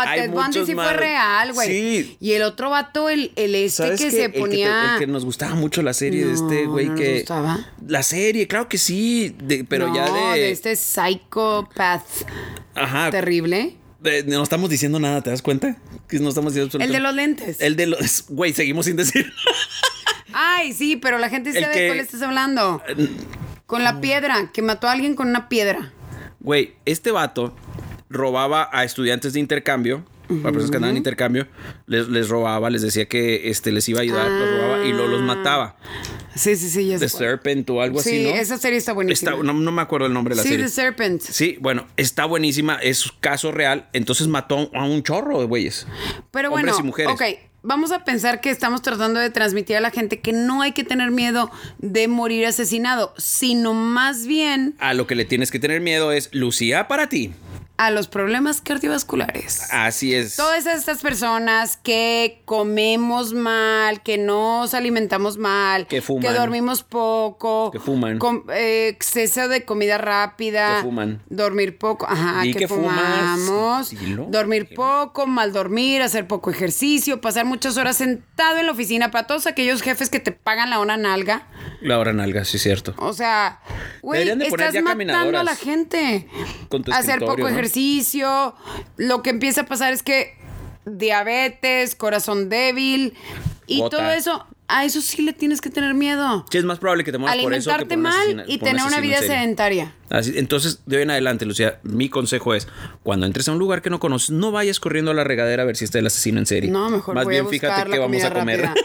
S1: [LAUGHS] hay
S2: Ted Bundy
S1: muchos
S2: sí fue
S1: malos.
S2: real, güey.
S1: Sí.
S2: Y el otro vato, el, el este que
S1: ¿Sabes qué?
S2: se
S1: El te-
S2: ponía.
S1: el que nos gustaba mucho la serie de
S2: No,
S1: este güey
S2: no nos
S1: que.
S2: gustaba.
S1: La serie, claro que sí. de- pero ya
S2: No,
S1: de. Ah,
S2: de este psychopath
S1: Ajá.
S2: terrible.
S1: de- no estamos diciendo nada, ¿te das cuenta? Que no estamos diciendo
S2: El de
S1: absolutamente-
S2: los lentes.
S1: El de los. Güey, seguimos sin decir.
S2: Ay, sí, pero la gente
S1: El
S2: sabe
S1: que- Ah.
S2: de cuál estás hablando. Con la piedra, que mató a alguien con una piedra.
S1: [LAUGHS] Güey, este vato robaba a estudiantes de intercambio. A personas que andaban en intercambio, les, les robaba, les decía que este, les iba a ayudar, los robaba y luego los mataba.
S2: Sí, sí, sí, ya sé
S1: The
S2: cuál.
S1: Serpent o algo así,
S2: Ah, Sí,
S1: ¿no?
S2: esa serie está buenísima.
S1: Está- no, no me acuerdo el nombre de la
S2: sí,
S1: serie.
S2: The Serpent.
S1: Sí, bueno, está buenísima, es caso real, entonces mató a un chorro de güeyes.
S2: Pero bueno,
S1: Hombres y mujeres.
S2: ok, vamos a pensar que estamos tratando de transmitir a la gente que no hay que tener miedo de morir asesinado, sino más bien
S1: A lo que le tienes que tener miedo es Lucía para ti.
S2: a los problemas cardiovasculares.
S1: Así es.
S2: Todas estas personas que comemos mal, que nos alimentamos mal,
S1: Que fuman.
S2: dormimos poco,
S1: Que fuman.
S2: com- eh, exceso de comida rápida,
S1: Que fuman.
S2: dormir poco, ajá,
S1: Di
S2: que,
S1: que fumas.
S2: fumamos,
S1: Dilo.
S2: dormir poco, mal dormir, hacer poco ejercicio, pasar muchas horas sentado en la oficina para todos aquellos jefes que te pagan la hora nalga.
S1: La hora nalga, sí es cierto.
S2: O sea, güey,
S1: Deberían de poner
S2: estás
S1: ya
S2: matando a
S1: caminadoras
S2: la gente.
S1: con tu
S2: Hacer
S1: escritorio,
S2: poco
S1: ¿no?
S2: ejercicio. Lo que empieza a pasar es que diabetes, corazón débil y
S1: Gota.
S2: todo eso, a eso sí le tienes que tener miedo.
S1: Sí, es más probable que te mueras por eso que
S2: Alimentarte
S1: por un
S2: mal
S1: asesina-
S2: y
S1: por un
S2: tener una
S1: asesino
S2: vida
S1: en serie.
S2: sedentaria.
S1: Así- entonces, de hoy en adelante, Lucía, mi consejo es, cuando entres a un lugar que no conoces, no vayas corriendo a la regadera a ver si está el asesino en serie.
S2: No, mejor
S1: Más
S2: voy
S1: bien
S2: a buscar
S1: fíjate
S2: la
S1: qué vamos
S2: comida
S1: a comer.
S2: rápida.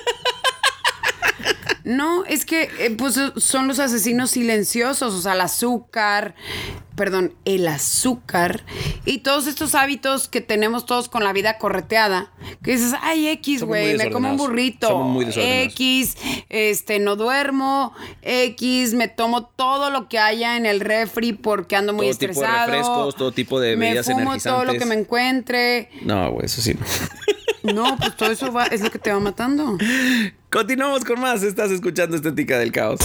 S2: No, es que eh, pues, son los asesinos silenciosos, o sea, el azúcar, perdón, el azúcar y todos estos hábitos que tenemos todos con la vida correteada, que dices, ay, X,
S1: Somos muy
S2: güey, me como un
S1: desordenados.
S2: burrito,
S1: Somos muy desordenados.
S2: X, este, no duermo, X, me tomo todo lo que haya en el refri porque ando muy
S1: Todo tipo de
S2: estresado.
S1: refrescos, todo tipo de
S2: Me
S1: bebidas
S2: fumo todo lo
S1: energizantes.
S2: que me encuentre.
S1: [LAUGHS] No, güey, eso sí. no. [LAUGHS]
S2: No, pues todo eso va, es lo que te va matando.
S1: Continuamos con más. Estás escuchando Estética del Caos.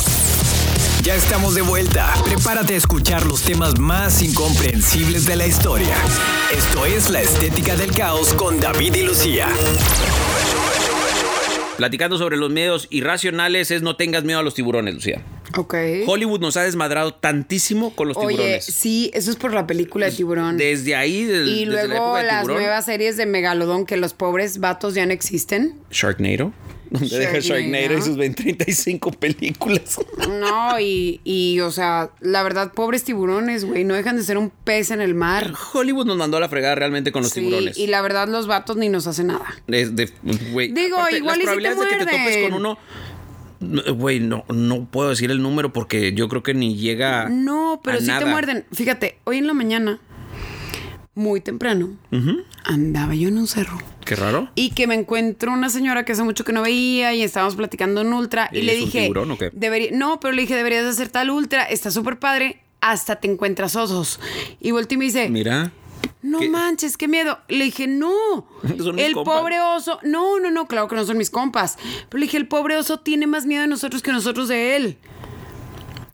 S3: Ya estamos de vuelta. Prepárate a escuchar los temas más incomprensibles de la historia. Esto es La Estética del Caos con David y Lucía.
S1: Platicando sobre los miedos irracionales es no tengas miedo a los tiburones, Lucía.
S2: Ok.
S1: Hollywood nos ha desmadrado tantísimo con los
S2: Oye,
S1: tiburones.
S2: sí, eso es por la película de tiburón.
S1: Desde ahí, del-
S2: y
S1: desde la
S2: luego
S1: época de
S2: las
S1: tiburón.
S2: nuevas series de Megalodón, que los pobres vatos ya no existen.
S1: Sharknado. Donde deja Sharknado
S2: Sharknado.
S1: y sus 20, 35 películas.
S2: No, y, y, o sea, la verdad, pobres tiburones, güey, no dejan de ser un pez en el mar.
S1: Hollywood nos mandó a la fregada realmente con los
S2: Sí,
S1: tiburones.
S2: y la verdad, los vatos ni nos hacen nada.
S1: Es de- güey,
S2: Digo, igual y
S1: las
S2: si te
S1: probabilidades de que te topes
S2: muerden.
S1: con uno. no, Güey, no, no puedo decir el número porque yo creo que ni llega.
S2: No, pero
S1: a
S2: sí te
S1: nada.
S2: muerden. Fíjate, hoy en la mañana, muy temprano, andaba yo en un cerro.
S1: Qué raro.
S2: y que me encuentro una señora que hace mucho que no veía y estábamos platicando en ultra y,
S1: ¿Ella
S2: le
S1: es un
S2: dije,
S1: tiburón o qué?
S2: "Deberí- no, pero le dije, deberías de hacer tal ultra, está súper padre, hasta te encuentras osos. Y volteé y me dice,
S1: Mira.
S2: no
S1: ¿qué?
S2: manches, qué miedo. Le dije, no,
S1: [LAUGHS] Son mis
S2: el
S1: compas.
S2: pobre oso, no, no, no, claro que no son mis compas, pero le dije, el pobre oso tiene más miedo de nosotros que nosotros de él.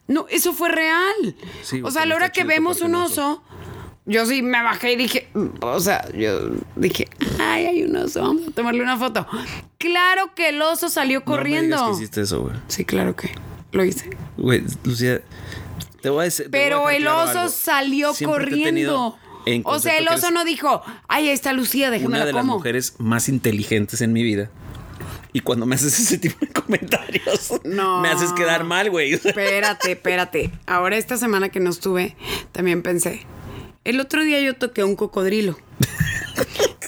S2: No, eso fue real.
S1: Sí,
S2: o
S1: o sea,
S2: sea, a la
S1: no
S2: hora
S1: está
S2: que
S1: chido
S2: vemos
S1: toparte
S2: un
S1: un oso.
S2: oso, yo sí me bajé y dije, mm, o sea, yo dije, ay, hay un oso, vamos a tomarle una foto. Claro que el oso salió corriendo.
S1: No me digas que hiciste eso, güey.
S2: Sí, claro que lo hice.
S1: Güey, Lucía, te voy a decir. te
S2: Pero
S1: voy a dejar
S2: el
S1: claro
S2: oso
S1: algo.
S2: saliento
S1: Siempre te he
S2: corriendo.
S1: tenido en
S2: O sea,
S1: concepto
S2: el
S1: que
S2: oso
S1: eres
S2: no dijo, ay, ahí está Lucía, déjame
S1: Una
S2: la
S1: de las
S2: como.
S1: mujeres más inteligentes en mi vida. Y cuando me haces ese tipo de [LAUGHS] comentarios,
S2: No.
S1: me haces quedar mal, güey. [LAUGHS]
S2: Espérate, espérate. Ahora esta semana que no estuve, también pensé. El otro día yo toqué a un cocodrilo.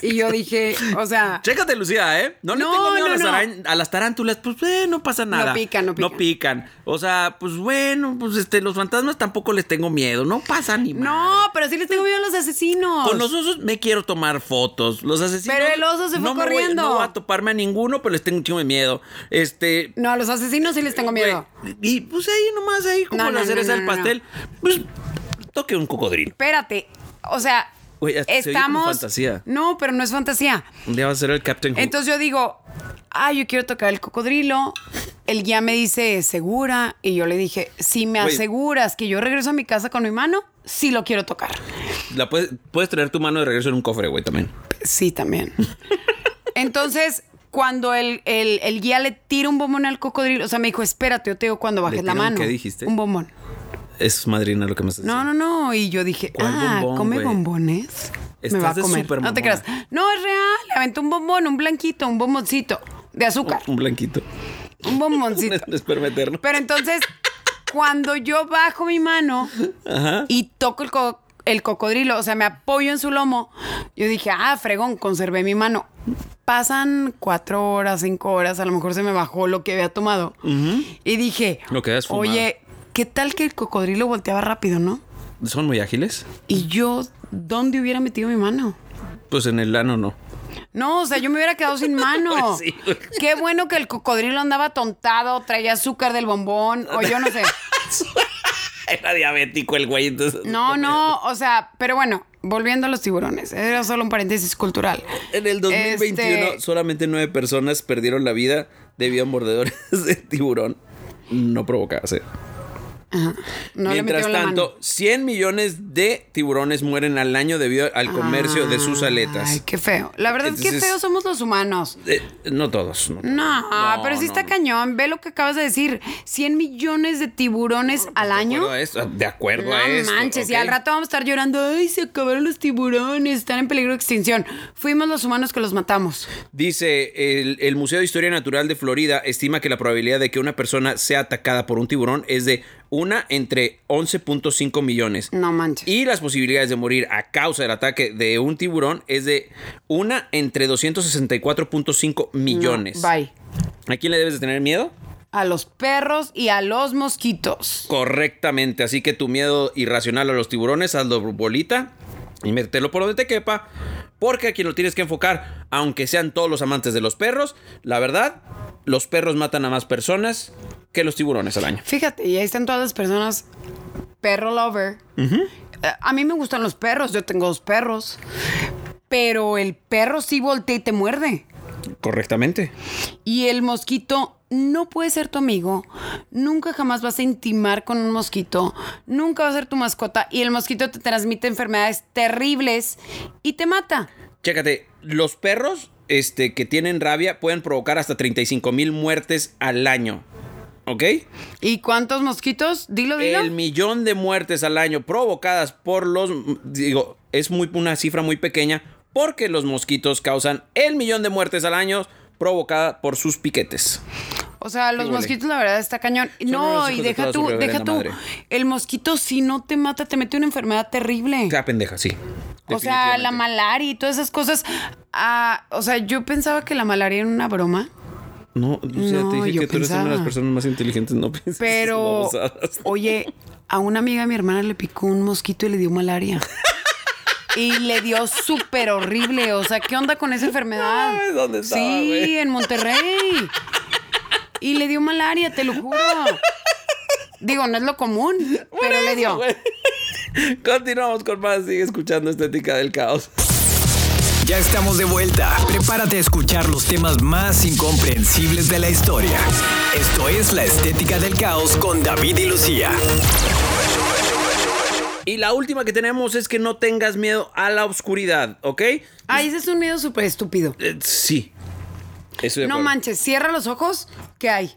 S2: y yo dije, o sea,
S1: Chécate, Lucía, ¿eh? No, le
S2: No,
S1: tengo miedo a,
S2: no,
S1: las
S2: no.
S1: aran- a las tarántulas. Pues, eh, no pasa nada.
S2: pican, no
S1: No
S2: pican.
S1: pican. O sea, pues bueno, pues este, los fantasmas tampoco les tengo miedo. No pasa ni
S2: no,
S1: madre.
S2: pero sí les tengo miedo a los asesinos.
S1: Con los osos me quiero tomar fotos. Los asesinos.
S2: Pero el oso se fue
S1: no me voy-
S2: corriendo.
S1: no voy a toparme a ninguno, pero les tengo un chingo de miedo. Este.
S2: No, a los asesinos sí les tengo miedo.
S1: güey, y pues ahí nomás, ahí como
S2: No,
S1: la
S2: no,
S1: cereza
S2: no,
S1: del
S2: no, no.
S1: pastel. Pues toque un cocodrilo.
S2: Espérate, o sea,
S1: Güey, hasta se oye como
S2: estamos...
S1: fantasía.
S2: No, pero no es fantasía.
S1: Un día va a ser el Captain Hook.
S2: Entonces yo digo, ah, yo quiero tocar el cocodrilo. El guía me dice, ¿segura? Y yo le dije, si me
S1: Güey.
S2: aseguras que yo regreso a mi casa con mi mano, sí lo quiero tocar.
S1: La puedes, puedes traer tu mano de regreso en un cofre, güey, también.
S2: Sí, también. Entonces, cuando el, el- el guía le tira un bombón al cocodrilo, o sea, me dijo, espérate, yo te digo cuando bajes
S1: tira
S2: la
S1: un
S2: mano.
S1: qué dijiste?
S2: Un bombón.
S1: Es madrina lo que me estás
S2: No, no, no. Y yo dije,
S1: ¿Cuál
S2: ah,
S1: bombón,
S2: come
S1: güey?
S2: bombones. me
S1: Estás
S2: va a
S1: de
S2: comer.
S1: súper
S2: No te
S1: mamona.
S2: creas. No, es real. Le aventó un bombón, un blanquito, un bomboncito de azúcar.
S1: [LAUGHS] Un blanquito.
S2: Un bomboncito.
S1: No [LAUGHS] es permeterlo.
S2: Pero entonces, cuando yo bajo mi mano y toco el, co- el cocodrilo, o sea, me apoyo en su lomo, yo dije, ah, fregón, conservé mi mano. Pasan cuatro horas, cinco horas, a lo mejor se me bajó lo que había tomado. Y dije,
S1: Lo que habías fumado.
S2: oye, ¿qué tal que el cocodrilo volteaba rápido, no?
S1: ¿Son muy ágiles?
S2: Y yo, ¿dónde hubiera metido mi mano?
S1: Pues en el ano no. [LAUGHS]
S2: No, o sea, yo me hubiera quedado sin mano.
S1: Pues sí, güey.
S2: Qué bueno que el cocodrilo andaba tontado, traía azúcar del bombón, o yo no sé.
S1: Era diabético el güey, entonces.
S2: No, no, o sea, pero bueno, volviendo a los tiburones, eh, era solo un paréntesis cultural.
S1: En el 2021
S2: Este,
S1: solamente nueve personas perdieron la vida debido a mordedores [LAUGHS] de tiburón no provocadas. eh.
S2: no le
S1: Mientras
S2: metieron la
S1: tanto,
S2: mano.
S1: 100 millones de tiburones mueren al año debido al comercio de sus aletas.
S2: Ah, Ay, qué feo. La verdad es
S1: Entonces-
S2: que feos somos los humanos.
S1: Eh, no todos. no.
S2: No, pero sí
S1: no,
S2: está
S1: no.
S2: cañón. Ve lo que acabas de decir. 100 millones de tiburones al año.
S1: pues De acuerdo a esto. De acuerdo
S2: No
S1: a esto,
S2: manches, y
S1: ¿ok?
S2: al rato vamos a estar llorando. Ay, se acabaron los tiburones, están en peligro de extinción. Fuimos los humanos que los matamos.
S1: Dice, el, el Museo de Historia Natural de Florida estima que la probabilidad de que una persona sea atacada por un tiburón es de una entre 11.5 millones.
S2: No manches.
S1: Y las posibilidades de morir a causa del ataque de un tiburón es de una entre 264.5 millones.
S2: Bye.
S1: ¿A quién le debes de tener miedo?
S2: A los perros y a los mosquitos.
S1: Correctamente, así que tu miedo irracional a los tiburones, hazlo bolita y mételo por donde te quepa, porque a quien lo tienes que enfocar, aunque sean todos los amantes de los perros, la verdad, los perros matan a más personas que los tiburones al año.
S2: Fíjate, y ahí están todas las personas perro lover. Eh, A mí me gustan los perros, yo tengo dos perros. Pero el perro sí voltea y te muerde.
S1: Correctamente.
S2: Y el mosquito no puede ser tu amigo. Nunca jamás vas a intimar con un mosquito. Nunca va a ser tu mascota. Y el mosquito te transmite enfermedades terribles y te mata.
S1: Chécate, los perros este, que tienen rabia pueden provocar hasta 35 mil muertes al año. ¿Ok?
S2: ¿Y cuántos mosquitos? Dilo, dilo.
S1: El millón de muertes al año provocadas por los. Digo, es muy, una cifra muy pequeña porque los mosquitos causan el millón de muertes al año provocada por sus piquetes.
S2: O sea, los
S1: Híjole.
S2: mosquitos, la verdad, está cañón.
S1: unos
S2: no,
S1: hijos
S2: y
S1: de
S2: deja
S1: toda su
S2: tú, deja
S1: reverenda
S2: tú.
S1: madre.
S2: El mosquito, si no te mata, te mete una enfermedad terrible.
S1: Sea pendeja, sí.
S2: O sea, la
S1: Definitivamente.
S2: malaria y todas esas cosas. Ah, o sea, yo pensaba que la malaria era
S1: [LAUGHS]
S2: una broma,
S1: No, o sea,
S2: No,
S1: te dije
S2: yo
S1: que tú eres una de las
S2: pensaba.
S1: personas más inteligentes, no pienses.
S2: pero.
S1: esas babosadas. [LAUGHS]
S2: Oye, a una amiga de mi hermana le picó un mosquito y le
S1: [LAUGHS]
S2: dio malaria. Y le dio súper horrible. O sea, ¿qué onda con esa enfermedad?
S1: Ay, ¿dónde estaba,
S2: sí,
S1: güey?
S2: en Monterrey. Y le dio malaria, te lo juro. Digo, no es lo común, pero le dio.
S1: [LAUGHS] Continuamos con más, sigue escuchando Estética del Caos.
S3: Ya estamos de vuelta. Prepárate a escuchar los temas más incomprensibles de la historia. Esto es La Estética del Caos con David y Lucía.
S1: Y la última que tenemos es que no tengas miedo a la oscuridad, ¿ok?
S2: Ay, ese es un miedo súper estúpido.
S1: Eh, sí. Estoy de
S2: No
S1: acuerdo.
S2: manches, cierra los ojos, ¿qué hay?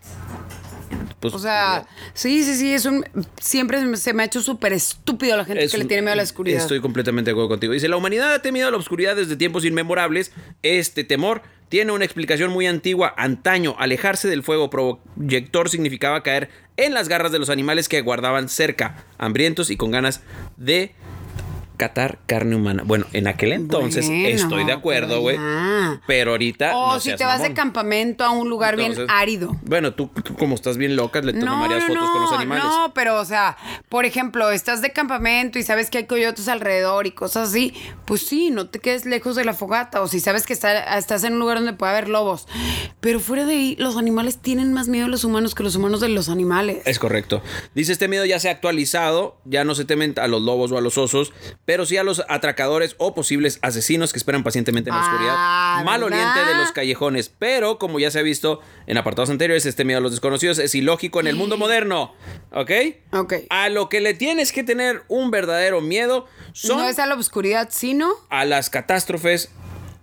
S1: Pues,
S2: O sea, sí, sí, sí, es un. Siempre se me- se me ha hecho súper estúpido la gente
S1: Es
S2: que le
S1: un-
S2: tiene miedo a la oscuridad.
S1: Estoy completamente de acuerdo contigo. Dice, la humanidad ha temido la oscuridad desde tiempos inmemorables. Este temor tiene una explicación muy antigua. Antaño, alejarse del fuego proyector significaba caer en las garras de los animales que guardaban cerca, hambrientos y con ganas de catar carne humana. Bueno, en aquel entonces
S2: Bueno,
S1: estoy de acuerdo,
S2: pero
S1: güey.
S2: ya.
S1: Pero ahorita...
S2: O
S1: Ah, no
S2: si
S1: seas
S2: te vas
S1: mamón.
S2: de campamento a un lugar bien
S1: Entonces,
S2: árido.
S1: Bueno, tú, tú como estás bien loca, le tomarías fotos con los animales.
S2: No, pero o sea, por ejemplo, estás de campamento y sabes que hay coyotes alrededor y cosas así, pues sí, no te quedes lejos de la fogata o si sabes que está- estás en un lugar donde puede haber lobos. Pero fuera de ahí, los animales tienen más miedo a los humanos que los humanos de los animales.
S1: Es correcto. Dice, este miedo ya se ha actualizado, ya no se temen a los lobos o a los osos, pero sí a los atracadores o posibles asesinos que esperan pacientemente en la
S2: Ah,
S1: oscuridad. Mal
S2: ¿verdad?
S1: oliente de los callejones, pero como ya se ha visto en apartados anteriores, este miedo a los desconocidos es ilógico en el mundo moderno, ¿ok?
S2: Ok.
S1: A lo que le tienes que tener un verdadero miedo son
S2: No es a la obscuridad, sino.
S1: a las catástrofes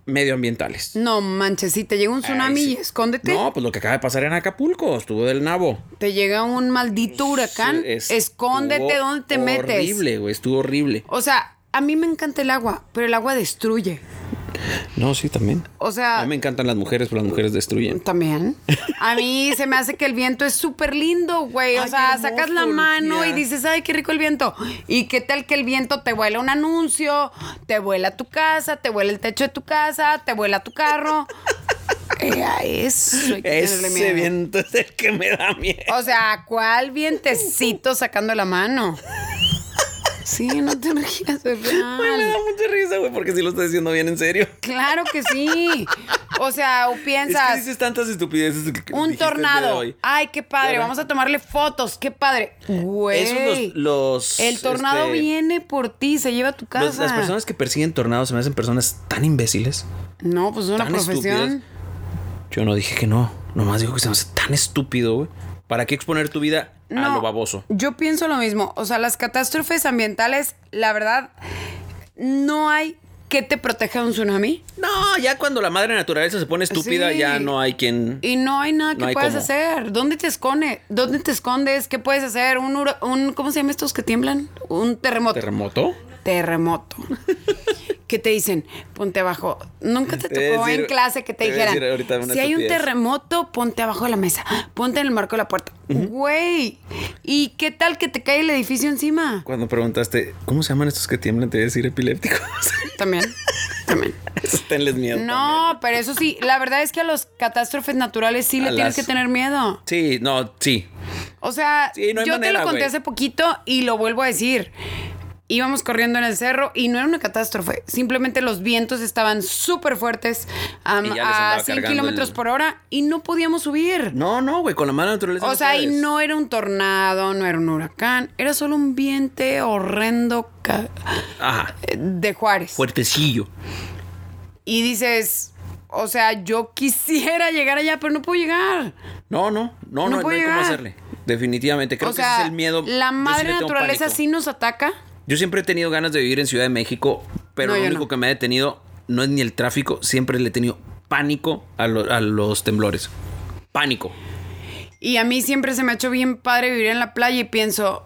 S1: medioambientales.
S2: No manches, si te llega un tsunami,
S1: Ay, sí.
S2: escóndete.
S1: No, pues lo que acaba de pasar en Acapulco, estuvo del nabo.
S2: Te llega un maldito huracán,
S1: Es-
S2: escóndete
S1: estuvo
S2: donde te metes.
S1: Horrible, güey, estuvo horrible.
S2: O sea, a mí me encanta el agua, pero el agua destruye.
S1: No, sí, también.
S2: O sea,
S1: A mí me encantan las mujeres, pero las mujeres destruyen.
S2: También. A mí se me hace que el viento es súper lindo, güey. O
S1: Ay,
S2: sea,
S1: hermoso,
S2: sacas la mano
S1: Lucía.
S2: y dices, ay, qué rico el viento. ¿Y qué tal que el viento te vuela un anuncio, te vuela tu casa, te vuela el techo de tu casa, te vuela tu
S1: [LAUGHS]
S2: carro? Eh, a eso hay que tenerle
S1: Ese
S2: miedo.
S1: viento es el que me da miedo.
S2: O sea, ¿cuál vientecito sacando la mano? Sí, no te [LAUGHS] rías, es real.
S1: Ay, me da mucha risa, güey, porque si lo estás diciendo bien en serio.
S2: Claro que sí. O sea, o
S1: Es que
S2: piensas...
S1: dices tantas estupideces que- que
S2: Un
S1: dijiste el día de
S2: tornado. Ah,
S1: hoy.
S2: Ay, qué padre.
S1: Claro.
S2: Vamos a tomarle fotos. Qué padre. Güey.
S1: Esos los, los,
S2: el tornado
S1: este,
S2: viene por ti, se lleva a tu casa.
S1: los- las personas que persiguen tornados se me hacen personas tan imbéciles,
S2: no, pues es una
S1: tan
S2: profesión.
S1: estúpidas. Yo no dije que no, nomás digo que se me hace tan estúpido, güey. ¿Para qué exponer tu vida a
S2: No,
S1: Ah, lo baboso?
S2: Yo pienso lo mismo. O sea, las catástrofes ambientales, la verdad, no hay que te proteja de un tsunami.
S1: No, ya cuando la madre naturaleza se pone estúpida,
S2: Sí.
S1: ya no hay quien.
S2: Y no hay nada que
S1: No hay
S2: puedas
S1: cómo.
S2: hacer. ¿Dónde te escondes? ¿Dónde te escondes? ¿Qué puedes hacer? Un, hura- un ¿cómo se llama estos que tiemblan? Un terremoto.
S1: ¿Terremoto?
S2: terremoto. que te dicen, ponte abajo. Nunca te
S1: Te voy a
S2: tocó
S1: decir-
S2: en clase que
S1: te
S2: te,
S1: voy a
S2: dijeran,
S1: decir ahorita una
S2: si hay un
S1: estupidez".
S2: terremoto, ponte abajo de la mesa, ponte en el marco de la puerta. Güey, ¿y qué tal que te cae el edificio encima?
S1: Cuando preguntaste, ¿cómo se llaman estos que tiemblan? Te voy a decir epilépticos. [LAUGHS]
S2: También, también.
S1: Esos tenles miedo.
S2: No, pero eso sí, la verdad es que a las catástrofes naturales sí
S1: A
S2: le
S1: las-
S2: tienes que tener miedo.
S1: también. Sí, no, sí.
S2: O sea,
S1: Sí, no hay
S2: yo te
S1: manera,
S2: lo conté
S1: güey.
S2: hace poquito y lo vuelvo a decir. Íbamos corriendo en el cerro y no era una catástrofe. Simplemente los vientos estaban súper fuertes am,
S1: Y ya les
S2: a
S1: andaba
S2: 100
S1: cargando
S2: kilómetros
S1: el-
S2: por hora y no podíamos subir.
S1: No, no, güey, con la mala naturaleza.
S2: o sea, y
S1: puedes.
S2: no era un tornado, no era un huracán, era solo un viento horrendo ca-
S1: Ajá.
S2: de Juárez.
S1: Fuertecillo.
S2: Y dices, o sea, yo quisiera llegar allá, pero no puedo llegar.
S1: No, no, no,
S2: No
S1: no, no,
S2: puedo
S1: hay cómo
S2: llegar.
S1: hacerle. Definitivamente. Creo
S2: o
S1: que
S2: sea,
S1: ese es el miedo.
S2: la
S1: Yo sí
S2: madre
S1: le tengo
S2: naturaleza
S1: pánico.
S2: sí nos ataca.
S1: Yo siempre he tenido ganas de vivir en Ciudad de México, pero
S2: No,
S1: lo
S2: yo
S1: único
S2: no.
S1: que me ha detenido no es ni el tráfico, siempre le he tenido pánico a, lo- a los temblores. Pánico.
S2: Y a mí siempre se me ha hecho bien padre vivir en la playa y pienso,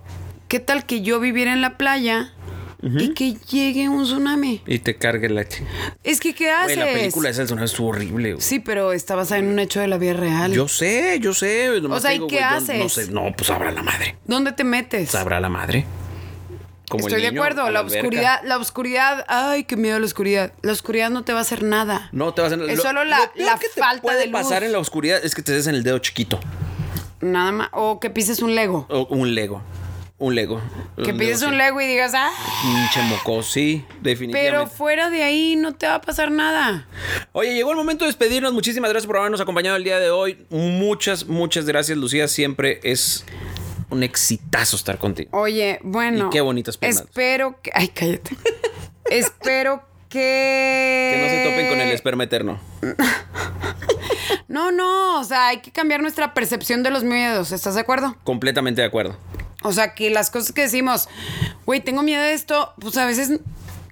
S2: ¿qué tal que yo viviera en la playa y que llegue un tsunami?
S1: Y te cargue la chica.
S2: Es que ¿qué haces?
S1: la película esa del sonido estuvo horrible, güey.
S2: Sí, pero está basada en un hecho de la vida real.
S1: Yo sé, yo sé. nomás
S2: O sea,
S1: te
S2: ¿y
S1: digo,
S2: qué
S1: güey, yo
S2: haces?
S1: No sé, no, pues sabrá la madre.
S2: ¿Dónde te metes?
S1: Sabrá la madre. Como el
S2: Estoy de
S1: niño
S2: acuerdo,
S1: a
S2: la,
S1: alberca.
S2: oscuridad, la oscuridad, ay, qué miedo a la oscuridad. La oscuridad no te va a hacer nada.
S1: No te vas a
S2: Es solo la-
S1: peor
S2: la
S1: que te
S2: falta
S1: puede
S2: de luz.
S1: pasar en la oscuridad es que te des en el dedo chiquito.
S2: Nada más, o que pises un Lego.
S1: O un Lego. Un Lego.
S2: Que pises un Lego y digas, ah,
S1: Pinche moco, sí, definitivamente.
S2: pero fuera de ahí no te va a pasar nada.
S1: Oye, llegó el momento de despedirnos. Muchísimas gracias por habernos acompañado el día de hoy. Muchas, muchas gracias, Lucía. Siempre es un exitazo estar contigo.
S2: Oye, bueno.
S1: Y qué bonitas piernas.
S2: Espero que.
S1: [LAUGHS]
S2: Ay, cállate. espero que. Eh.
S1: Que no se topen con el esperma eterno.
S2: No, no, o sea, hay que cambiar nuestra percepción de los miedos, ¿estás de acuerdo?
S1: Completamente de acuerdo.
S2: O sea, que las cosas que decimos, güey, tengo miedo de esto, pues a veces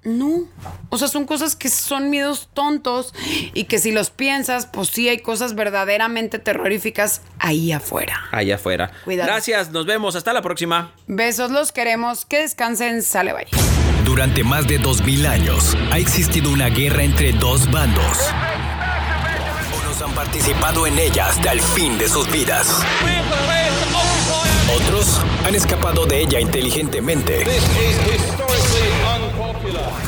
S2: no. O sea, son cosas que son miedos tontos y que si los piensas, pues sí hay cosas verdaderamente terroríficas ahí afuera.
S1: Allá afuera.
S2: Cuidado.
S1: Gracias, nos vemos. Hasta la próxima.
S2: Besos, los queremos, que descansen, sale bye.
S3: Durante más de 2000 años ha existido una guerra entre dos bandos. Unos han participado en ella hasta el fin de sus vidas. Otros han escapado de ella inteligentemente.